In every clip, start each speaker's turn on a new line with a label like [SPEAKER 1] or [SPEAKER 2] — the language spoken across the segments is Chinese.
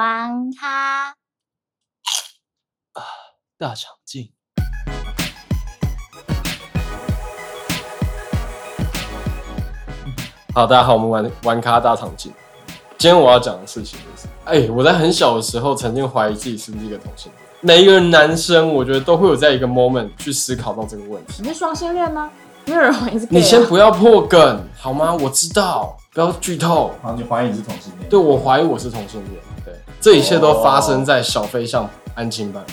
[SPEAKER 1] 玩咖。
[SPEAKER 2] 大长今。好，大家好，我们玩玩咖大长今。今天我要讲的事情就是，哎、我在很小的时候曾经怀疑自己是不是一个同性恋。每一个男生，我觉得都会有在一个 moment 去思考到这个问题。
[SPEAKER 3] 你是双性恋吗？没有人怀疑是 gay 啊
[SPEAKER 2] 你先不要破梗好吗？我知道，不要剧透。
[SPEAKER 4] 好，你怀疑你是同性恋？
[SPEAKER 2] 对，我怀疑我是同性恋。对，这一切都发生在小飞象安亲 班，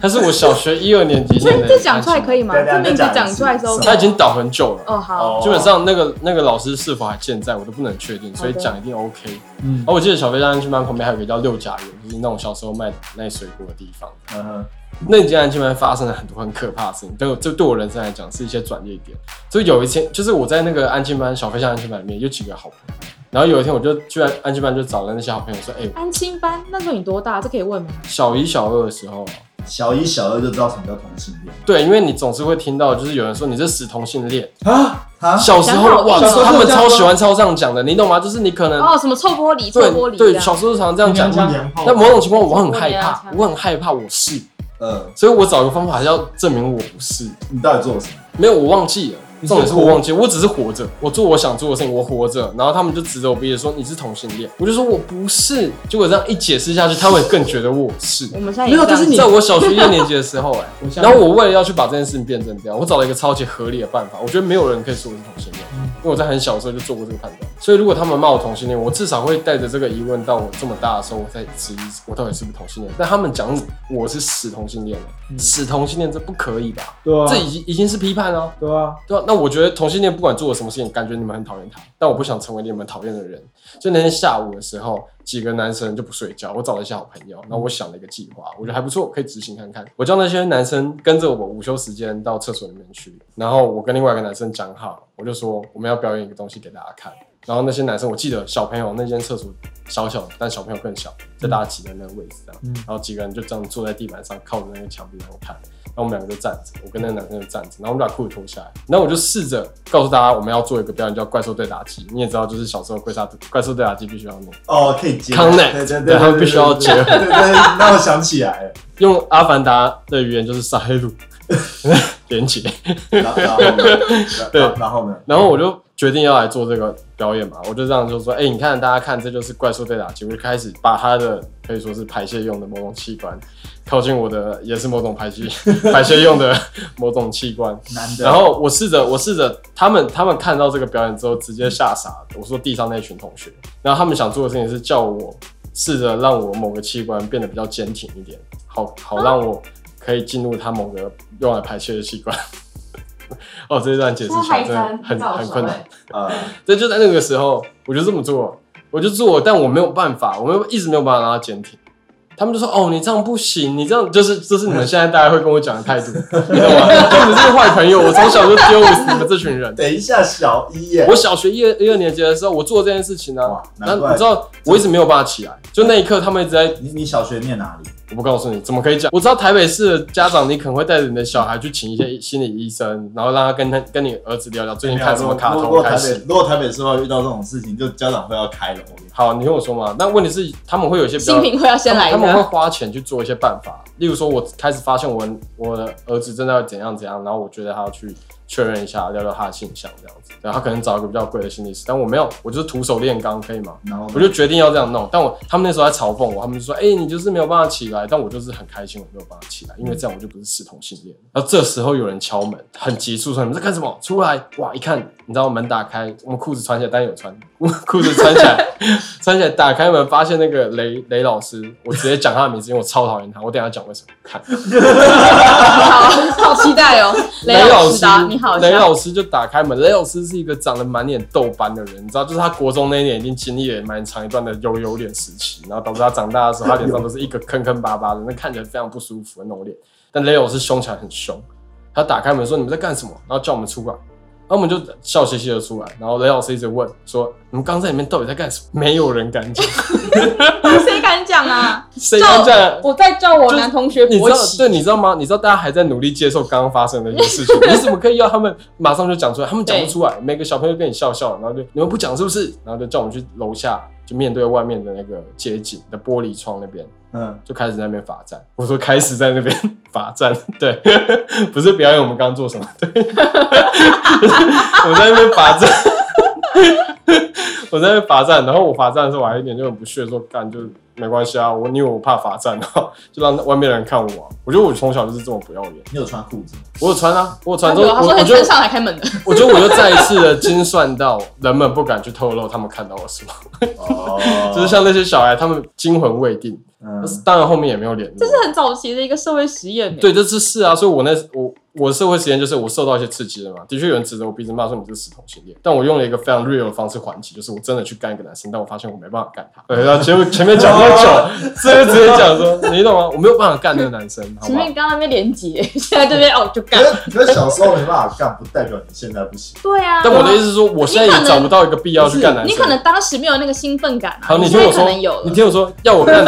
[SPEAKER 2] 他是我小学一二年级
[SPEAKER 3] 所
[SPEAKER 2] 念
[SPEAKER 3] 以
[SPEAKER 2] 的。
[SPEAKER 3] 这讲出来可以吗？
[SPEAKER 4] 对对
[SPEAKER 3] 这名字
[SPEAKER 4] 再讲一
[SPEAKER 3] 讲
[SPEAKER 4] 次
[SPEAKER 3] 出来是 OK
[SPEAKER 2] 他已经倒很久了，
[SPEAKER 3] 哦好，
[SPEAKER 4] 哦
[SPEAKER 2] 基本上那个那个老师是否还健在，我都不能确定，所以
[SPEAKER 3] 好的
[SPEAKER 2] 讲一定 OK。
[SPEAKER 4] 嗯
[SPEAKER 2] 而我记得小飞象安亲班旁边还有一个叫六甲园，就是那种小时候卖卖水果的地方。
[SPEAKER 4] 嗯哼，
[SPEAKER 2] 那间安亲班发生了很多很可怕的事情，对我这对我人生来讲是一些转捩点。所以有一天，就是我在那个安亲班小飞象安亲班里面有几个好朋友，然后有一天我就居然安亲班就找了那些好朋友说，哎、
[SPEAKER 3] 安亲班那时候你多大？这可以问吗？
[SPEAKER 2] 小一小二的时 候，
[SPEAKER 4] 小一、小二就知道什么叫同性恋
[SPEAKER 2] 对，因为你总是会听到，就是有人说你是死同性恋。
[SPEAKER 4] 啊啊！
[SPEAKER 2] 小时候，哇，
[SPEAKER 4] 小时候
[SPEAKER 2] 他们
[SPEAKER 4] 就这样
[SPEAKER 2] 超
[SPEAKER 4] 吗
[SPEAKER 2] 喜欢超这样讲的，你懂吗？就是你可能
[SPEAKER 3] 哦，什么臭玻璃、臭
[SPEAKER 2] 嗯对
[SPEAKER 3] 玻璃这啊
[SPEAKER 2] 对，
[SPEAKER 3] 样，
[SPEAKER 2] 小时候常常这样讲
[SPEAKER 4] 阴。阳阴阳炮
[SPEAKER 2] 但某种情况，我很害
[SPEAKER 3] 我也要
[SPEAKER 2] 怕
[SPEAKER 3] 唱，
[SPEAKER 2] 我很害怕我是，
[SPEAKER 4] 呃，
[SPEAKER 2] 所以我找个方法要证明我不是。
[SPEAKER 4] 你到底做了什么？
[SPEAKER 2] 没有，我忘记了。
[SPEAKER 4] 你是
[SPEAKER 2] 重点是我忘记，我只是活着，我做我想做的事情，我活着。然后他们就指着我鼻子说你是同性恋，我就说我不是。结果这样一解释下去，他们更觉得我是。
[SPEAKER 3] 我们现在也
[SPEAKER 4] 没有
[SPEAKER 3] 这样
[SPEAKER 4] 就是你
[SPEAKER 2] 在我小学一年级的时候、哎，
[SPEAKER 4] 我现在
[SPEAKER 2] 然后我为了要去把这件事情辩证掉，我找了一个超级合理的办法。我觉得没有人可以说我是同性恋，
[SPEAKER 4] 嗯
[SPEAKER 2] 因为我在很小的时候就做过这个判断。所以如果他们骂我同性恋，我至少会带着这个疑问到我这么大的时候，我在质疑我到底是不是同性恋。但他们讲我是死同性恋了，死同性恋这不可以吧？
[SPEAKER 4] 嗯对啊
[SPEAKER 2] 这已经已经是批判了、
[SPEAKER 4] 对啊，
[SPEAKER 2] 对啊，那我觉得同性恋不管做了什么事情，感觉你们很讨厌他，但我不想成为你们讨厌的人。所以那天下午的时候，几个男生就不睡觉，我找了一些好朋友，然后我想了一个计划，我觉得还不错，可以执行看看。我叫那些男生跟着我午休时间到厕所里面去，然后我跟另外一个男生讲好，我就说我们要表演一个东西给大家看。然后那些男生，我记得小朋友那间厕所小小的，但小朋友更小，就大家挤在那个位置上，
[SPEAKER 4] 嗯
[SPEAKER 2] 然后几个人就这样坐在地板上，靠着那个墙壁然后看。然后我们两个就站着，我跟那个男生就站着，然后我们把裤子脱下来，然后我就试着告诉大家，我们要做一个表演叫《怪兽对打机》，你也知道，就是小时候怪兽怪兽对打机必须要弄，
[SPEAKER 4] 哦，可以接
[SPEAKER 2] Connect，
[SPEAKER 4] 对对
[SPEAKER 2] 对
[SPEAKER 4] 对，
[SPEAKER 2] 他们必须要接
[SPEAKER 4] 对对对，对那我想起来了，
[SPEAKER 2] 用阿凡达的语言就是塞鲁 连接，
[SPEAKER 4] 然后然后呢
[SPEAKER 2] 对
[SPEAKER 4] 然后呢？
[SPEAKER 2] 然后我就决定要来做这个表演嘛，我就这样就说，哎、你看大家看，这就是怪兽对打机，我就开始把他的可以说是排泄用的某种器官靠近我的，也是某种排泄 排泄用的某种器官，
[SPEAKER 4] 男的，
[SPEAKER 2] 然后我试着，我试着，他们他们看到这个表演之后直接吓傻了。我说地上那群同学，然后他们想做的事情是叫我试着让我某个器官变得比较坚挺一点，好好让我可以进入他某个 用来排泄的器官。哦，这一段解释起来真的很很困难。
[SPEAKER 4] 呃，
[SPEAKER 2] 这就在那个时候，我就这么做，我就做，但我没有办法，我没有一直没有办法让它坚挺。他们就说：“哦，你这样不行，你这样就是这是你们现在大家会跟我讲的态 度，你懂吗？就不是坏朋友，我从小就丢我你们这群人。
[SPEAKER 4] 等一下，小一耶
[SPEAKER 2] 我，小学一二一二年级的时候，我做这件事情呢、
[SPEAKER 4] 哇
[SPEAKER 2] 那
[SPEAKER 4] 难怪
[SPEAKER 2] 你知道我一直没有办法起来，就那一刻他们一直在，
[SPEAKER 4] 你你小学念哪里？
[SPEAKER 2] 我不告诉你怎么可以讲。我知道台北市的家长，你可能会带着你的小孩去请一些心理医生，然后让他跟他跟你儿子聊聊最近看什么卡
[SPEAKER 4] 如
[SPEAKER 2] 通
[SPEAKER 4] 果台
[SPEAKER 2] 开
[SPEAKER 4] 北
[SPEAKER 2] 始。
[SPEAKER 4] 如果台北市会遇到这种事情，就家长会要开了。
[SPEAKER 2] 好，你听我说嘛。那问题是他们会有一些比较
[SPEAKER 3] 新品会要先来
[SPEAKER 2] 他们他们
[SPEAKER 3] 的，
[SPEAKER 2] 会花钱去做一些办法，例如说，我开始发现我我的儿子正在怎样怎样，然后我觉得他要去确认一下，聊聊他的性向这样子，然后他可能找一个比较贵的心理师，但我没有，我就是徒手炼钢，可以吗？
[SPEAKER 4] 然后呢
[SPEAKER 2] 我就决定要这样弄，但我他们那时候在嘲讽我，他们就说：“哎、你就是没有办法起来。”但我就是很开心，我没有办法起来，因为这样我就不是视同性恋。然后这时候有人敲门，很急促说：“你们在干什么？”出来！哇，一看，你知道门打开，我们裤子穿起来，但有穿裤子穿起来， 穿起来，打开门发现那个雷雷老师，我直接讲他的名字，因为我超讨厌他，我等一下讲为什么。看，
[SPEAKER 3] 好好期 待哦，雷老
[SPEAKER 2] 师
[SPEAKER 3] 师啊，你好，
[SPEAKER 2] 雷老师就打开门。雷老师是一个长得满脸痘斑的人，你知道，就是他国中那一年已经经历了蛮长一段的油油脸时期，然后导致他长大的时候，他脸上都是一个坑坑巴巴的，那看起来非常不舒服的那种脸。但雷老师凶起来很凶，他打开门说：“你们在干什么？”然后叫我们出来。然后我们就笑嘻嘻的出来，然后雷老师一直问说：“你们刚在里面到底在干什么？”没有人敢讲，
[SPEAKER 3] 谁敢讲啊？
[SPEAKER 2] 谁敢讲
[SPEAKER 3] 叫？我在叫我
[SPEAKER 2] 就是
[SPEAKER 3] 男同学
[SPEAKER 2] 你
[SPEAKER 3] 勃
[SPEAKER 2] 知道，
[SPEAKER 3] 起，
[SPEAKER 2] 对，你知道吗？你知道大家还在努力接受刚刚发生的一些事情，你怎么可以要他们马上就讲出来？他们讲不出来，每个小朋友跟你笑笑，然后就你们不讲是不是？然后就叫我们去楼下就面对外面的那个街景的玻璃窗那边，
[SPEAKER 4] 嗯，
[SPEAKER 2] 就开始在那边罚站。我说开始在那边 罚站，对，不是表演我们刚刚做什么，对，我在那边罚站，我在那边罚站，然后我罚站的时候我还一点就很不屑说干就没关系啊，我因为我怕罚站，然后就让外面的人看我、啊。我觉得我从小就是这么不要脸，
[SPEAKER 4] 你有穿裤子吗？
[SPEAKER 2] 我有穿啊，我有
[SPEAKER 3] 他
[SPEAKER 2] 穿之后，
[SPEAKER 3] 说他
[SPEAKER 2] 我
[SPEAKER 3] 说
[SPEAKER 2] 我
[SPEAKER 3] 他
[SPEAKER 2] 觉得
[SPEAKER 3] 真上来开门的，
[SPEAKER 2] 我觉得我又再一次的精算到人们不敢去透露他们看到了什么，
[SPEAKER 4] 哦，
[SPEAKER 2] 就是像那些小孩，他们惊魂未定，
[SPEAKER 4] 嗯
[SPEAKER 2] 当然后面也没有联络。
[SPEAKER 3] 这是很早期的一个社会实验欸。
[SPEAKER 2] 对，这是是啊，所以我那我我社会实验就是我受到一些刺激了嘛，的确有人指着我鼻子骂说你这是死同性恋，但我用了一个非常 real 的方式还击，就是我真的去干一个男生，但我发现我没办法干他。对，然后 前面前面讲那么久，这就直接讲说你懂吗？我没有办法干那个男生，好
[SPEAKER 3] 前
[SPEAKER 2] 不好
[SPEAKER 3] 面？刚刚那边连结， 现在这边哦就
[SPEAKER 4] 可
[SPEAKER 3] 干。
[SPEAKER 4] 是可是小时候没办法干，不代表你现在不行。
[SPEAKER 3] 对啊，
[SPEAKER 2] 但我的意思是说，我现在也找不到一个必要去干男生。
[SPEAKER 3] 你可能当时没有那个兴奋感啊，
[SPEAKER 2] 好，你
[SPEAKER 3] 你
[SPEAKER 2] 听我
[SPEAKER 3] 现在
[SPEAKER 2] 说
[SPEAKER 3] 可能有，
[SPEAKER 2] 你
[SPEAKER 3] 了。
[SPEAKER 2] 听我说，要我 干，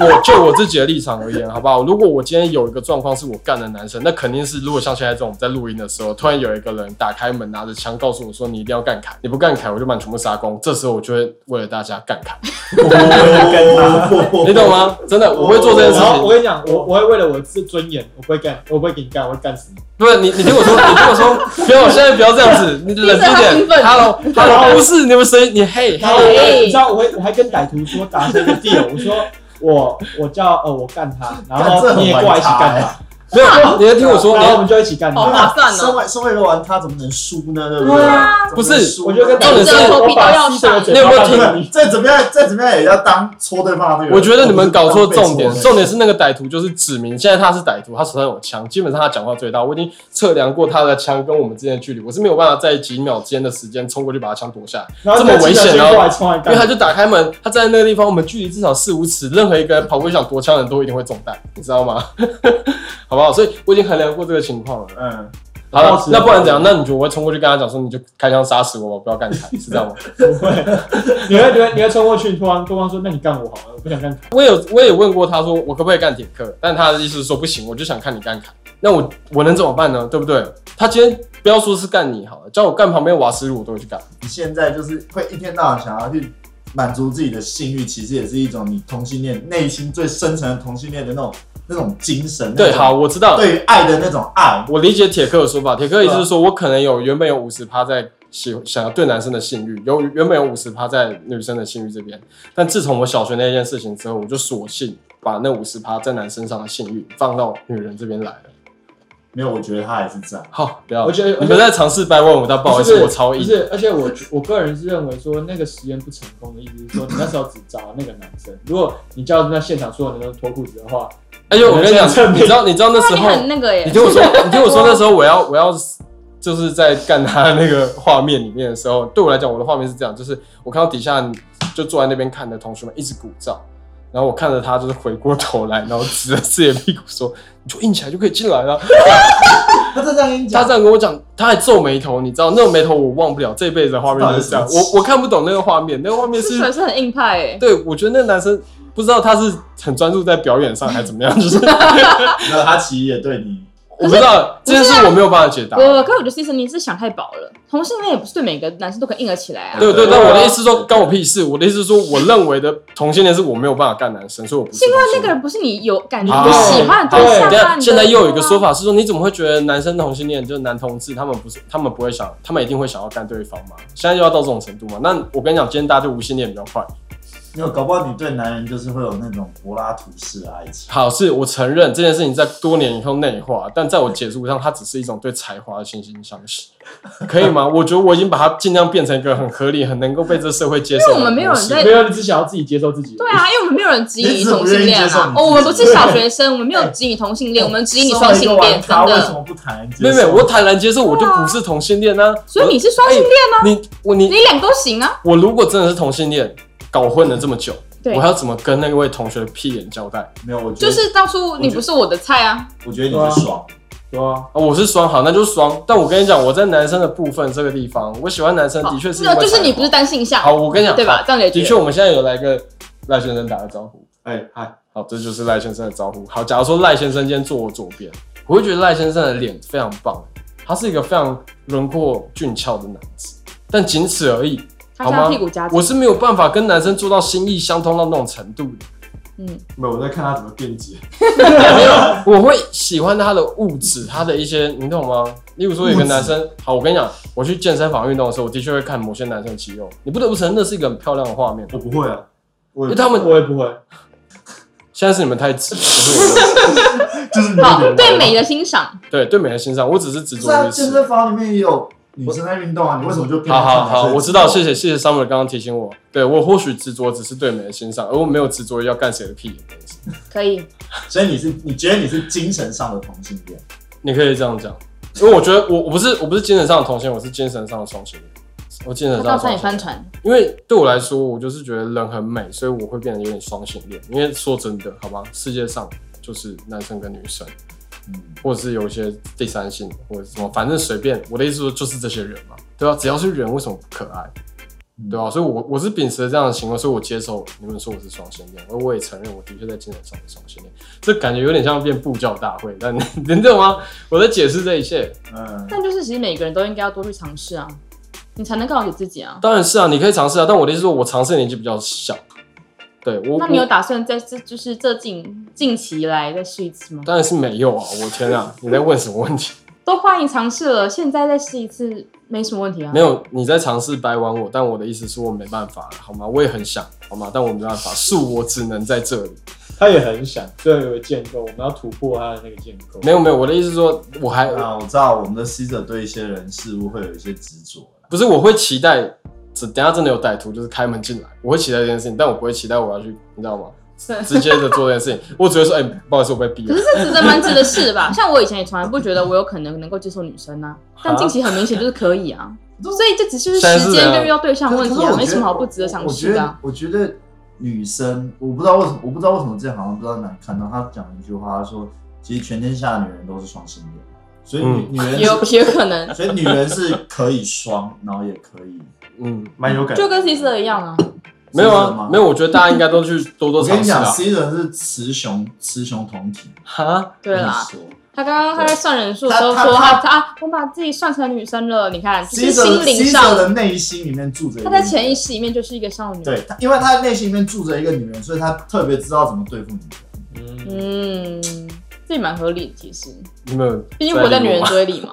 [SPEAKER 2] 我就我自己的立场而言，好不好？如果我今天有一个状况是我干的男生，那肯定是如果像现在这种我们在录音的时候，突然有一个人打开门拿着枪告诉我说你一定要干凯，你不干凯我就把你全部杀光，这时候我就会为了大家干凯，
[SPEAKER 1] 哦
[SPEAKER 4] 哦
[SPEAKER 2] 你懂吗？真的，我会做这件事
[SPEAKER 1] 然后
[SPEAKER 2] 情。
[SPEAKER 1] 我跟你讲，我我会为了我自尊严，我不会干，我不会给你干，我会干死你。
[SPEAKER 2] 不是你，你听我说，你听我说，不要，现在不要这样子，你冷静
[SPEAKER 3] 你是很
[SPEAKER 2] 一
[SPEAKER 3] 兴
[SPEAKER 2] 点。
[SPEAKER 3] 奋
[SPEAKER 2] Hello，Hello，不是你们谁？你嘿，
[SPEAKER 1] 然后我
[SPEAKER 3] 哎
[SPEAKER 1] 会，你知道，我会我还跟歹徒说打这个 deal，我说我我叫呃我干他，然后你也过来一起干他，欸
[SPEAKER 2] 没有，你要听我说，你
[SPEAKER 1] 然后我
[SPEAKER 2] 要
[SPEAKER 1] 们就一起干
[SPEAKER 3] 好
[SPEAKER 1] 他。
[SPEAKER 3] 划算哦
[SPEAKER 4] 身为身为一个玩咖，怎么能输呢？对不
[SPEAKER 1] 对
[SPEAKER 4] 对
[SPEAKER 1] 啊？
[SPEAKER 4] 怎么能输呢
[SPEAKER 1] 我就跟
[SPEAKER 2] 重点是
[SPEAKER 1] 歹徒我把吸的嘴
[SPEAKER 2] 你有没有
[SPEAKER 1] 巴
[SPEAKER 2] 听
[SPEAKER 1] 当成你
[SPEAKER 4] 再怎么样，再怎么样也要当戳对方的那个人。
[SPEAKER 2] 我觉得你们搞错重点
[SPEAKER 4] 不，是当被戳的
[SPEAKER 2] 重点是那个歹徒就是指明，现在他是歹徒，他手上有枪，基本上他讲话最大。我已经测量过他的枪跟我们之间的距离，我是没有办法在几秒之间的时间冲过去把他枪夺下来，
[SPEAKER 1] 然后
[SPEAKER 2] 这么危险
[SPEAKER 1] 然
[SPEAKER 2] 然
[SPEAKER 1] 后
[SPEAKER 2] 后
[SPEAKER 1] 过来冲来
[SPEAKER 2] 因为他
[SPEAKER 1] 干。
[SPEAKER 2] 就打开门，他站在那个地方，我们距离至少四五尺，任何一个人跑过去想夺枪的人都一定会中弹，你知道吗？ 好不好？所以我已经衡量过这个情况了。
[SPEAKER 4] 嗯，
[SPEAKER 2] 好
[SPEAKER 1] 抱
[SPEAKER 2] 了，
[SPEAKER 1] 持
[SPEAKER 2] 那不然怎样？那你就我会冲过去跟他讲说，你就开枪杀死我吧，不要干他，是这样吗？
[SPEAKER 1] 不会，你会你会你会冲过去，突然对方说：“那你干我好了，我不想干他。
[SPEAKER 2] 我有我也问过他说我可不可以干铁克，但他的意思是说不行，我就想看你干凯。那我我能怎么办呢？对不对？他今天不要说是干你好了，叫我干旁边瓦斯炉我都会去干。
[SPEAKER 4] 你现在就是会一天到晚想要去满足自己的性欲，其实也是一种你同性恋内心最深层的同性恋的那种那种精神。
[SPEAKER 2] 对，
[SPEAKER 4] 那种
[SPEAKER 2] 好，我知道，
[SPEAKER 4] 对于爱的那种爱。
[SPEAKER 2] 我理解铁克的说法。铁克意思是
[SPEAKER 1] 啊
[SPEAKER 2] 说我可能有原本有五十趴在喜想要对男生的性欲，有原本有五十趴在女生的性欲这边，但自从我小学那件事情之后，我就索性把那五十趴在男身上的性欲放到女人这边来了。
[SPEAKER 4] 没有，我觉得他也是这样。
[SPEAKER 2] 好，不要，
[SPEAKER 1] 我觉得
[SPEAKER 2] 你们在尝试掰弯我，但不好意思，
[SPEAKER 1] 是
[SPEAKER 2] 我超
[SPEAKER 1] 不
[SPEAKER 2] 硬。
[SPEAKER 1] 是，而且我我个人是认为说那个实验不成功的意思是说，你那时候只找那个男生，如果你叫那现场所有人都脱裤子的话，
[SPEAKER 2] 哎呦，我跟你讲
[SPEAKER 1] 我觉得，
[SPEAKER 2] 你知道，你知道那
[SPEAKER 3] 那
[SPEAKER 2] 时
[SPEAKER 3] 你
[SPEAKER 2] 候，
[SPEAKER 3] 很那个耶
[SPEAKER 2] 你，听我 说，你听我说，那时候我要我要就是在干他的那个画面里面的时候， 对我来讲，我的画面是这样，就是我看到底下就坐在那边看的同学们一直鼓噪，然后我看着他就是回过头来，然后指着自己的屁股说：“你就硬起来就可以进来 了。
[SPEAKER 4] 他这样跟你”
[SPEAKER 2] 他这样跟我讲，他还皱眉头，你知道那种眉头我忘不了，这辈子的画面就是这样，我我看不懂那个画面，那个画面
[SPEAKER 3] 这
[SPEAKER 2] 是
[SPEAKER 3] 出来是很硬派哎。
[SPEAKER 2] 对我觉得那个男生不知道他是很专注在表演上还是怎么 样，就是。
[SPEAKER 4] 那他其实也对你，
[SPEAKER 2] 我不知道这件事我没有办法解答
[SPEAKER 3] 不。不，可是我觉得其实你是想太薄了，同性恋也不是对每个男生都可以硬得起来啊。
[SPEAKER 2] 对对
[SPEAKER 4] 对
[SPEAKER 2] 对，我的意思说关我屁事。我的意思是说，我认为的同性恋是我没有办法干男生，所以我不是
[SPEAKER 3] 是因为
[SPEAKER 2] 同
[SPEAKER 3] 那
[SPEAKER 2] 性
[SPEAKER 3] 个
[SPEAKER 2] 恋。
[SPEAKER 3] 人不是你有感觉
[SPEAKER 2] 啊
[SPEAKER 3] 你喜欢的对象
[SPEAKER 1] 对
[SPEAKER 2] 等一
[SPEAKER 3] 啊。
[SPEAKER 2] 下，
[SPEAKER 3] 你的
[SPEAKER 2] 现在又有一个说法是说，你怎么会觉得男生同性恋就是男同志，他们不是他们不会想，他们一定会想要干对方吗？现在又要到这种程度吗？那我跟你讲，今天大家就无性恋比较快。
[SPEAKER 4] 没有，搞不好你对男人就是会有那种柏拉图式的爱情。
[SPEAKER 2] 好，是我承认这件事情在多年以后内化，但在我解读上，它只是一种对才华的惺惺相惜，可以吗？我觉得我已经把它尽量变成一个很合理、很能够被这社会接受的模式。
[SPEAKER 3] 因为我们没有人在
[SPEAKER 1] 没有，你只想要自己接受自己。
[SPEAKER 3] 对啊，因为我们没有人质疑
[SPEAKER 4] 你只
[SPEAKER 3] 同
[SPEAKER 4] 不愿
[SPEAKER 3] 性
[SPEAKER 4] 意
[SPEAKER 3] 恋
[SPEAKER 4] 接受
[SPEAKER 3] 啊
[SPEAKER 4] 你，自己
[SPEAKER 3] 哦，我们不是小学生，我们没有质疑同
[SPEAKER 2] 哎
[SPEAKER 3] 性恋，我们质疑你双性恋，真
[SPEAKER 4] 他为什
[SPEAKER 3] 的。
[SPEAKER 4] 么不谈？
[SPEAKER 2] 没有没有，我坦然接受，我就不是同性恋呢、啊。
[SPEAKER 3] 所以你是双性恋，
[SPEAKER 2] 我你我
[SPEAKER 3] 你
[SPEAKER 2] 你
[SPEAKER 3] 两个都行啊。
[SPEAKER 2] 我如果真的是同性恋，搞混了这么久，
[SPEAKER 3] 对
[SPEAKER 2] 我还要怎么跟那位同学的屁眼交代？
[SPEAKER 4] 没有，我觉
[SPEAKER 3] 就
[SPEAKER 4] 得
[SPEAKER 3] 是当初你不是我的菜啊，
[SPEAKER 4] 我觉得你是爽，
[SPEAKER 1] 对啊，
[SPEAKER 2] 啊，我是双，好，那就是双。但我跟你讲，我在男生的部分这个地方，我喜欢男生
[SPEAKER 3] 好
[SPEAKER 2] 的确是因
[SPEAKER 3] 那
[SPEAKER 2] 为
[SPEAKER 3] 就是你
[SPEAKER 2] 才华
[SPEAKER 3] 不是单性向，
[SPEAKER 2] 哦好，我跟你讲，
[SPEAKER 3] 对吧？这样
[SPEAKER 2] 好？
[SPEAKER 3] 解
[SPEAKER 2] 的
[SPEAKER 3] 决
[SPEAKER 2] 确，。我们现在有来跟赖先生打个招呼。
[SPEAKER 4] 哎嗨，
[SPEAKER 2] 好，这就是赖先生的招呼。好，假如说赖先生今天坐我左边，我会觉得赖先生的脸非常棒，他是一个非常轮廓俊俏的男子，但仅此而已。
[SPEAKER 3] 他
[SPEAKER 2] 好
[SPEAKER 3] 现
[SPEAKER 2] 吗
[SPEAKER 3] 在屁股夹紧
[SPEAKER 2] 我，是没有办法跟男生做到心意相通到那种程度的。
[SPEAKER 3] 嗯，
[SPEAKER 4] 没有，我在看他怎么辩解。
[SPEAKER 2] 我会喜欢他的物质，他的一些，你懂吗？例如说，有个男生，好，我跟你讲，我去健身房运动的时候，我的确会看某些男生的肌肉，你不得不承认那是一个很漂亮的画面。
[SPEAKER 4] 我不 会啊，我
[SPEAKER 2] 因为他们
[SPEAKER 1] 我也不会，
[SPEAKER 2] 现在是你们太执着，
[SPEAKER 4] 就是你
[SPEAKER 3] 好，对美的欣赏，
[SPEAKER 2] 对对美的欣赏，我只是执着
[SPEAKER 4] 在
[SPEAKER 2] 于
[SPEAKER 4] 健
[SPEAKER 2] 此。
[SPEAKER 4] 身房里面也有女生在运动啊，你为什么就偏
[SPEAKER 2] 好
[SPEAKER 4] 要看
[SPEAKER 2] 好
[SPEAKER 4] 男生
[SPEAKER 2] 好，我知道，谢谢谢谢 Summer 刚刚提醒我，对我或许执着只是对美的欣赏，而我没有执着于要干谁的屁眼这件事。
[SPEAKER 3] 可以，
[SPEAKER 4] 所以你是你觉得你是精神上的同性恋？
[SPEAKER 2] 你可以这样讲，因为我觉得我我不是我不是精神上的同性，我是精神上的双性恋，我精神
[SPEAKER 3] 他
[SPEAKER 2] 上的
[SPEAKER 3] 告诉
[SPEAKER 2] 双
[SPEAKER 3] 你
[SPEAKER 2] 性
[SPEAKER 3] 帆
[SPEAKER 2] 恋。
[SPEAKER 3] 船，
[SPEAKER 2] 因为对我来说，我就是觉得人很美，所以我会变得有点双性恋。因为说真的，好吧，世界上就是男生跟女生，
[SPEAKER 4] 嗯，
[SPEAKER 2] 或者是有一些第三性或者是什么，反正随便。我的意思说就是这些人嘛，对啊，只要是人，为什么不可爱？
[SPEAKER 4] 嗯
[SPEAKER 2] 对啊，所以我我是秉持着这样的行为，所以我接受你们说我是双性恋，而我也承认我的确在精神上是双性恋。这感觉有点像变布教大会，但 你懂吗？我在解释这一切。
[SPEAKER 4] 嗯，
[SPEAKER 3] 但就是其实每个人都应该要多去尝试啊，你才能告解自己啊。
[SPEAKER 2] 当然是啊，你可以尝试啊，但我的意思说，我尝试的年纪比较小。对我，
[SPEAKER 3] 那你有
[SPEAKER 2] 我
[SPEAKER 3] 打算在这就是这近近期来再试一次吗？
[SPEAKER 2] 当然是没有啊！我天啊，你在问什么问题？
[SPEAKER 3] 都欢迎尝试了，现在再试一次没什么问题啊。
[SPEAKER 2] 没有，你在尝试掰弯我，但我的意思是我没办法了，好吗？我也很想，好吗？但我没办法，恕我只能在这里。
[SPEAKER 1] 他也很想，所以有个建构，我们要突破他的那个建构。
[SPEAKER 2] 没有没有，我的意思是说，我还
[SPEAKER 4] 啊，我知道我们的 C 者对一些人事物会有一些执着啦
[SPEAKER 2] 不是我会期待，只等下真的有歹徒就是开门进来，我会期待这件事情，但我不会期待我要去，你知道吗？直接的做这件事情，我只会说，哎、不好意思，我被逼
[SPEAKER 3] 可
[SPEAKER 2] 了
[SPEAKER 3] 是。这值得蛮值得试的吧？像我以前也从来不觉得我有可能能够接受女生啊，但近期很明显就是可以啊，所以这只
[SPEAKER 2] 现
[SPEAKER 3] 是
[SPEAKER 2] 在是
[SPEAKER 3] 时
[SPEAKER 2] 怎
[SPEAKER 3] 间
[SPEAKER 2] 样
[SPEAKER 3] 跟遇到对象问
[SPEAKER 4] 可
[SPEAKER 3] 题
[SPEAKER 4] 是我
[SPEAKER 3] 啊，
[SPEAKER 4] 觉得
[SPEAKER 3] 没什么好不值得尝试的啊。
[SPEAKER 4] 我觉得，我觉得女生，我不知道为什么，我不知道为什么之前好像不知道哪里看到他讲一句话，他说其实全天下的女人都是双性恋，所以女、女人
[SPEAKER 3] 也嗯 有
[SPEAKER 4] 是
[SPEAKER 3] 也有可能，
[SPEAKER 4] 所以女人是可以双，然后也可以
[SPEAKER 2] 嗯，
[SPEAKER 4] 蛮有感
[SPEAKER 3] 就跟 C 社一样啊。
[SPEAKER 2] 没有
[SPEAKER 4] 是吗
[SPEAKER 2] 啊，没有，我觉得大家应该都去多多
[SPEAKER 4] 我跟
[SPEAKER 2] 尝
[SPEAKER 4] 你
[SPEAKER 2] 试
[SPEAKER 4] 讲
[SPEAKER 2] 啊。
[SPEAKER 4] ，C 人是雌雄雌雄同体。
[SPEAKER 2] 哈，
[SPEAKER 3] 对啦，
[SPEAKER 4] 跟你说
[SPEAKER 3] 他刚刚他在算人数的时候
[SPEAKER 4] 他
[SPEAKER 3] 说
[SPEAKER 4] 他
[SPEAKER 3] 他他啊，我把自己算成女生了，你看，就是
[SPEAKER 4] C 者
[SPEAKER 3] 心灵
[SPEAKER 4] C
[SPEAKER 3] 上
[SPEAKER 4] 者，的内心里面住着一
[SPEAKER 3] 他
[SPEAKER 4] 个
[SPEAKER 3] 在潜意
[SPEAKER 4] 识。
[SPEAKER 3] 识里面就是一个少女。
[SPEAKER 4] 对，他因为他的内心里面住着一个女人，所以他特别知道怎么对付女人。
[SPEAKER 1] 嗯，
[SPEAKER 3] 嗯，这也蛮合理的，其实，
[SPEAKER 2] 你们有
[SPEAKER 3] 毕竟活在
[SPEAKER 2] 理
[SPEAKER 3] 女
[SPEAKER 2] 我
[SPEAKER 3] 人
[SPEAKER 2] 吗
[SPEAKER 3] 堆里嘛。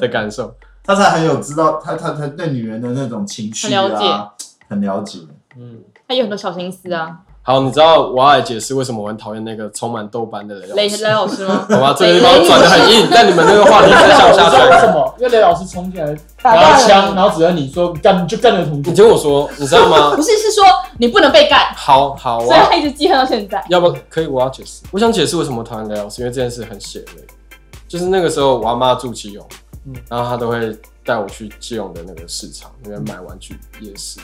[SPEAKER 2] 的感受。
[SPEAKER 4] 他才很有知道，他他他对女人的那种情绪
[SPEAKER 3] 很了
[SPEAKER 4] 啊，很了解。
[SPEAKER 1] 嗯，
[SPEAKER 3] 他有很多小心思啊，
[SPEAKER 2] 好，你知道我要来解释为什么我很讨厌那个充满豆瓣的雷老
[SPEAKER 3] 雷
[SPEAKER 2] 师，
[SPEAKER 3] 雷老师吗？
[SPEAKER 2] 好吧？这个地方转的很硬，但你们那个话题
[SPEAKER 1] 我
[SPEAKER 2] 是
[SPEAKER 1] 知道
[SPEAKER 2] 向
[SPEAKER 1] 我
[SPEAKER 2] 下
[SPEAKER 1] 知道为
[SPEAKER 2] 转。
[SPEAKER 1] 什么？因为雷老师冲进来
[SPEAKER 3] 打
[SPEAKER 1] 拿
[SPEAKER 3] 断
[SPEAKER 1] 枪，
[SPEAKER 3] 了
[SPEAKER 1] 然后指着你说干，你就干了同
[SPEAKER 2] 你
[SPEAKER 1] 志。
[SPEAKER 2] 听我说，你知道
[SPEAKER 3] 你，
[SPEAKER 2] 吗？
[SPEAKER 3] 不是是说你不能被干，
[SPEAKER 2] 好好，啊我
[SPEAKER 3] 所以
[SPEAKER 2] 要
[SPEAKER 3] 他一直记恨到现在。
[SPEAKER 2] 要不可以？我要解释，我想解释为什么我讨厌雷老师，因为这件事很血泪。就是那个时候，我阿妈住基隆，
[SPEAKER 1] 嗯
[SPEAKER 2] 然后她都会带我去基隆的那个市场那边买玩具夜市。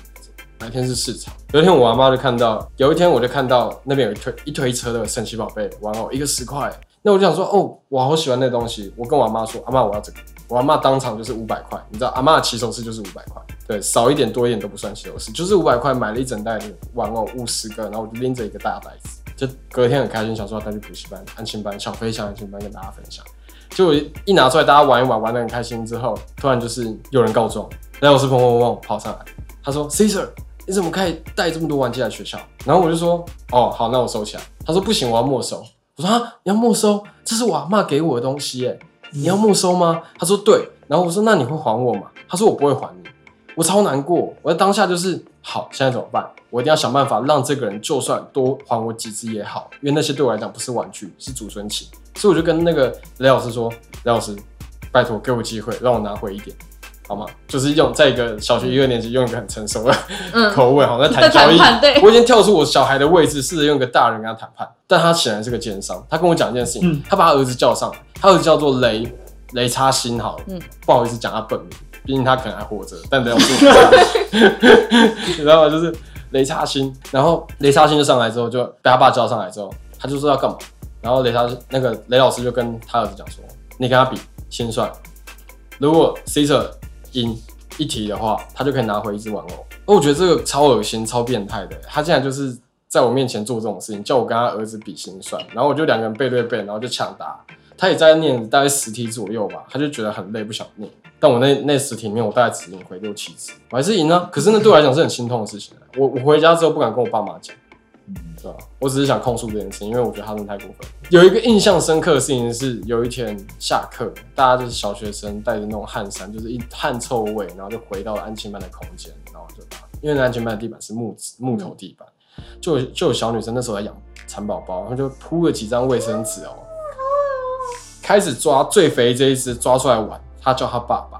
[SPEAKER 2] 白天是市场，有一天我阿妈就看到，有一天我就看到那边有一推一推车的神奇宝贝玩偶，一个十块。那我就想说，哦，我好喜欢那东西。我跟我阿妈说，阿妈我要这个。我阿妈当场就是五百块，你知道阿妈的起手式就是五百块，对，少一点多一点都不算起手式，就是五百块买了一整袋的玩偶五十个，然后我就拎着一个大袋子，就隔天很开心，想说要带去补习班、安亲班、小飞象安亲班跟大家分享。结果一拿出来，大家玩一玩，玩得很开心之后，突然就是有人告状，然后我是砰砰砰砰跑上来，他说：“Caesar，你怎么可以带这么多玩具来学校？”然后我就说：“哦，好，那我收起来。”他说：“不行，我要没收。”我说：“啊，你要没收？这是我阿妈给我的东西，耶，你要没收吗？”他说：“对。”然后我说：“那你会还我吗？”他说：“我不会还你。”我超难过，我在当下就是好，现在怎么办？我一定要想办法让这个人就算多还我几只也好，因为那些对我来讲不是玩具，是祖孙情。所以我就跟那个雷老师说：“雷老师，拜托给我机会，让我拿回一点，好吗？”就是用在一个小学一二年级用一个很成熟的
[SPEAKER 3] 嗯，
[SPEAKER 2] 口吻，好像在
[SPEAKER 3] 在
[SPEAKER 2] 谈交
[SPEAKER 3] 谈
[SPEAKER 2] 易。
[SPEAKER 3] 判对，
[SPEAKER 2] 我已经跳出我小孩的位置，试着用一个大人跟他谈判，但他显然是个奸商。他跟我讲一件事情，
[SPEAKER 1] 嗯
[SPEAKER 2] 他把他儿子叫上来，他儿子叫做雷雷叉心好了，
[SPEAKER 3] 嗯
[SPEAKER 2] 不好意思讲他本名，毕竟他可能还活着，但等下我跟你讲 你知道吗？就是雷叉心，然后雷叉心就上来之后，就被他爸叫上来之后，他就说要干嘛，然后雷叉心那个雷老师就跟他儿子讲说，你跟他比心算，如果 Caesar 赢一题的话，他就可以拿回一只玩偶。而我觉得这个超恶心、超变态的，他竟然就是在我面前做这种事情，叫我跟他儿子比心算，然后我就两个人背对背，然后就抢答。他也在念大概十题左右吧，他就觉得很累，不想念。但我那那十题里面，我大概只赢回六七次，我还是赢啊。可是那对我来讲是很心痛的事情啊、我我回家之后不敢跟我爸妈讲，
[SPEAKER 4] 嗯
[SPEAKER 2] 对吧、啊我只是想控诉这件事，因为我觉得他真的太过分。有一个印象深刻的事情是，有一天下课，大家就是小学生带着那种汗衫，就是一汗臭味，然后就回到了安亲班的空间，然后就把，因为那安亲班的地板是木质木头地板，就有就有小女生那时候在养蚕宝宝，然后就铺了几张卫生纸哦，开始抓最肥这一只抓出来玩，她叫她爸爸，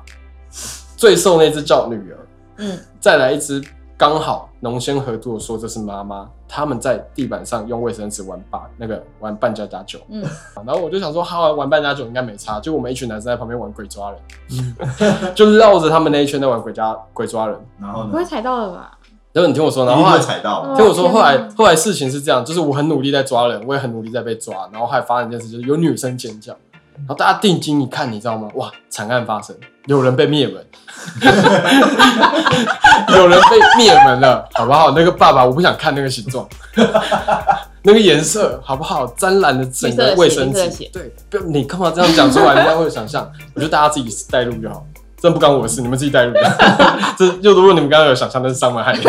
[SPEAKER 2] 最瘦那只叫女儿，
[SPEAKER 3] 嗯，
[SPEAKER 2] 再来一只刚好浓鲜合作说这是妈妈，他们在地板上用卫生纸玩把那个玩扮家家酒，
[SPEAKER 3] 嗯，
[SPEAKER 2] 然后我就想说，好啊玩扮家酒应该没差，就我们一群男生在旁边玩鬼抓人， 就绕着他们那一圈在玩鬼抓鬼抓人。
[SPEAKER 4] 然后
[SPEAKER 3] 不
[SPEAKER 4] 呢，
[SPEAKER 3] 会踩到了吧？
[SPEAKER 2] 然后你听我说，
[SPEAKER 4] 一
[SPEAKER 2] 然后
[SPEAKER 4] 定
[SPEAKER 2] 后
[SPEAKER 4] 会
[SPEAKER 2] 来
[SPEAKER 4] 踩到
[SPEAKER 3] 嗯。
[SPEAKER 2] 听我说，后来
[SPEAKER 3] 天哪
[SPEAKER 2] 后来事情是这样，就是我很努力在抓人，我也很努力在被抓，然后还发生一件事，就是有女生尖叫，然后大家定睛一看，你知道吗？哇，惨案发生，有人被灭门， 有人被灭门了，好不好？那个爸爸，我不想看那个形状， 那个颜色，好不好？沾染了整个卫生
[SPEAKER 3] 绿色的
[SPEAKER 2] 纸
[SPEAKER 3] 血，
[SPEAKER 2] 对，不要你干嘛这样讲出来？人家会有想象，我觉得大家自己带入就好。真不干我的事，你们自己带入。 这就如果你们刚刚有想象，那是伤害害你。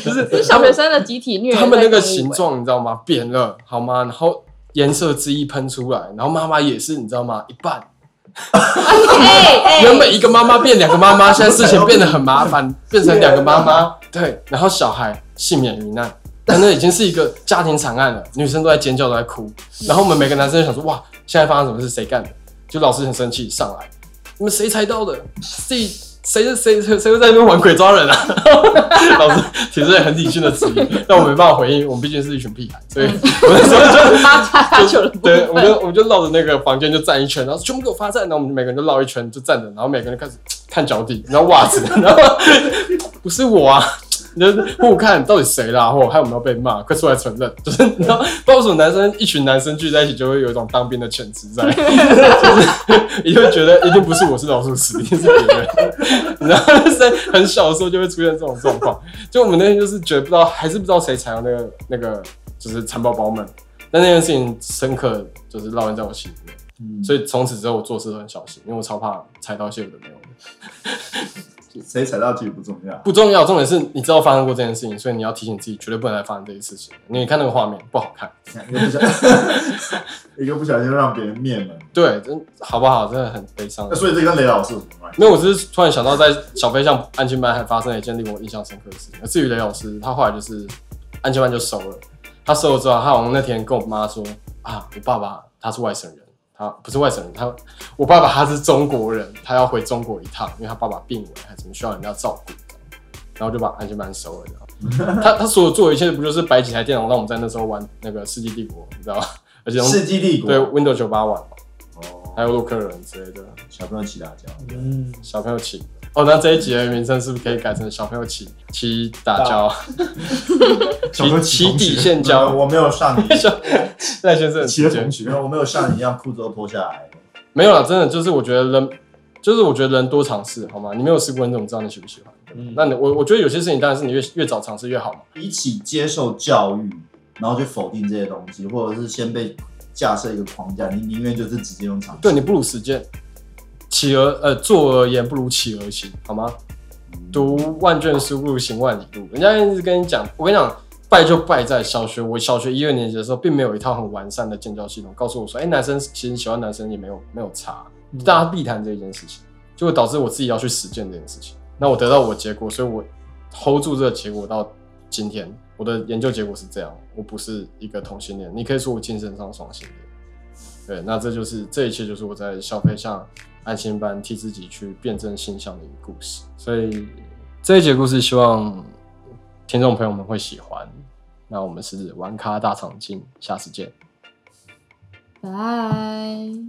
[SPEAKER 2] 就是
[SPEAKER 3] 这是小学生的集体虐待
[SPEAKER 2] 他们那个
[SPEAKER 3] 行为
[SPEAKER 2] 形，状你知道吗？扁了，好吗？然后颜色之一喷出来，然后妈妈也是，你知道吗？一半，
[SPEAKER 3] 哎哎，
[SPEAKER 2] 原本一个妈妈变两个妈妈，现在事情变得很麻烦，变成两个妈妈。对，然后小孩幸免于难，但那已经是一个家庭惨案了，女生都在尖叫，都在哭。然后我们每个男生就想说，哇，现在发生什么事？谁干的？就老师很生气，上来，你们谁猜到的？自己谁谁谁谁会在那边玩鬼抓人啊？ 老师其实也很理性的质疑，但我没办法回应，我们毕竟是一群屁孩，所以我那时候就
[SPEAKER 3] 哎发发发球的部
[SPEAKER 2] 对，我们就
[SPEAKER 3] 分，
[SPEAKER 2] 我们就绕着那个房间就站一圈，然后全部给我发站，然后我们每个人就绕一圈就站着，然后每个人就开始看脚底，然后袜子，啊然后不是 我啊，就是 互看到底谁啦，或还有没有被骂，快出来承认，就是你知道，不知道为什么男生一群男生聚在一起就会有一种当兵的潜 质在，就是你就会觉得一定不是我是老鼠屎，一定是别人，你知道，在很小的时候就会出现这种状况，就我们那天就是觉得不知道，还是不知道谁踩到那个那个就是蚕宝宝们。但那件事情深刻，就是烙印在我心里面，
[SPEAKER 4] 嗯
[SPEAKER 2] 所以从此之后我做事都很小心，因为我超怕踩到一些有的没有的。
[SPEAKER 4] 谁踩到其实不重 要。
[SPEAKER 2] 不重要，重点是你知道发生过这件事情，所以你要提醒自己绝对不能再发生这些事情。你看那个画面不好看，
[SPEAKER 4] 一个不小，一个不小心让别人灭门。
[SPEAKER 2] 对，真好不好？真的很悲伤
[SPEAKER 4] 那。所以这跟雷老师有什么关系？
[SPEAKER 2] 没有，我只是突然想到，在小飞象安全班还发生了一件令我印象深刻的事情。而至于雷老师，他后来就是安全班就收了，他收了之后，他好像那天跟我妈说啊，我爸爸他是外省人，他不是外省人，他我爸爸他是中国人，他要回中国一趟，因为他爸爸病危，还怎么需要人家照顾，然后就把安全班收了。你知道吗他他所有做的一切，不就是摆几台电脑让我们在那时候玩那个《世纪帝国》，你知道吗？而且用
[SPEAKER 4] 世纪帝国。
[SPEAKER 2] 对 Windows 九八玩嘛，还
[SPEAKER 4] 哦，
[SPEAKER 2] 有洛克人之类的。
[SPEAKER 4] 小朋友起大叫。
[SPEAKER 1] 嗯，
[SPEAKER 2] 小朋友骑哦，那这一集的名称是不是可以改成小朋友骑骑打交？
[SPEAKER 4] 小朋 友
[SPEAKER 2] 起起
[SPEAKER 4] 同学
[SPEAKER 2] 底线交
[SPEAKER 4] 没有我没有像你，
[SPEAKER 2] 小赖先生很
[SPEAKER 4] 骑
[SPEAKER 2] 直
[SPEAKER 4] 了
[SPEAKER 2] 接
[SPEAKER 4] 同，学，没有我没有像你一样裤子都脱下来。
[SPEAKER 2] 没有啦，真的就是我觉得人，就是我觉得人多尝试好吗？你没有试过，你怎么知道你喜不喜欢？
[SPEAKER 1] 嗯
[SPEAKER 2] 那你我我觉得有些事情当然是你越越早尝试越好嘛。
[SPEAKER 4] 比起接受教育，然后去否定这些东西，或者是先被架设一个框架，你宁愿就是直接用尝试。
[SPEAKER 2] 对，你不如实践，起而呃坐而言不如起而行，好吗？
[SPEAKER 4] 嗯
[SPEAKER 2] 读万卷书不如行万里路。人家一直跟你讲，我跟你讲，败就败在小学。我小学一二年级的时候，并没有一套很完善的建教系统，告诉我说，哎、男生其实喜欢男生也没有没有差，
[SPEAKER 1] 嗯
[SPEAKER 2] 大家避谈这一件事情，就会导致我自己要去实践这件事情。那我得到我的结果，所以我 hold 住这个结果到今天，我的研究结果是这样，我不是一个同性恋，你可以说我精神上双性恋。对，那这就是这一切，就是我在消费上安心班替自己去辩证性向的一个故事。所以这一节故事，希望听众朋友们会喜欢。那我们是玩咖大长今，下次见。
[SPEAKER 3] 拜。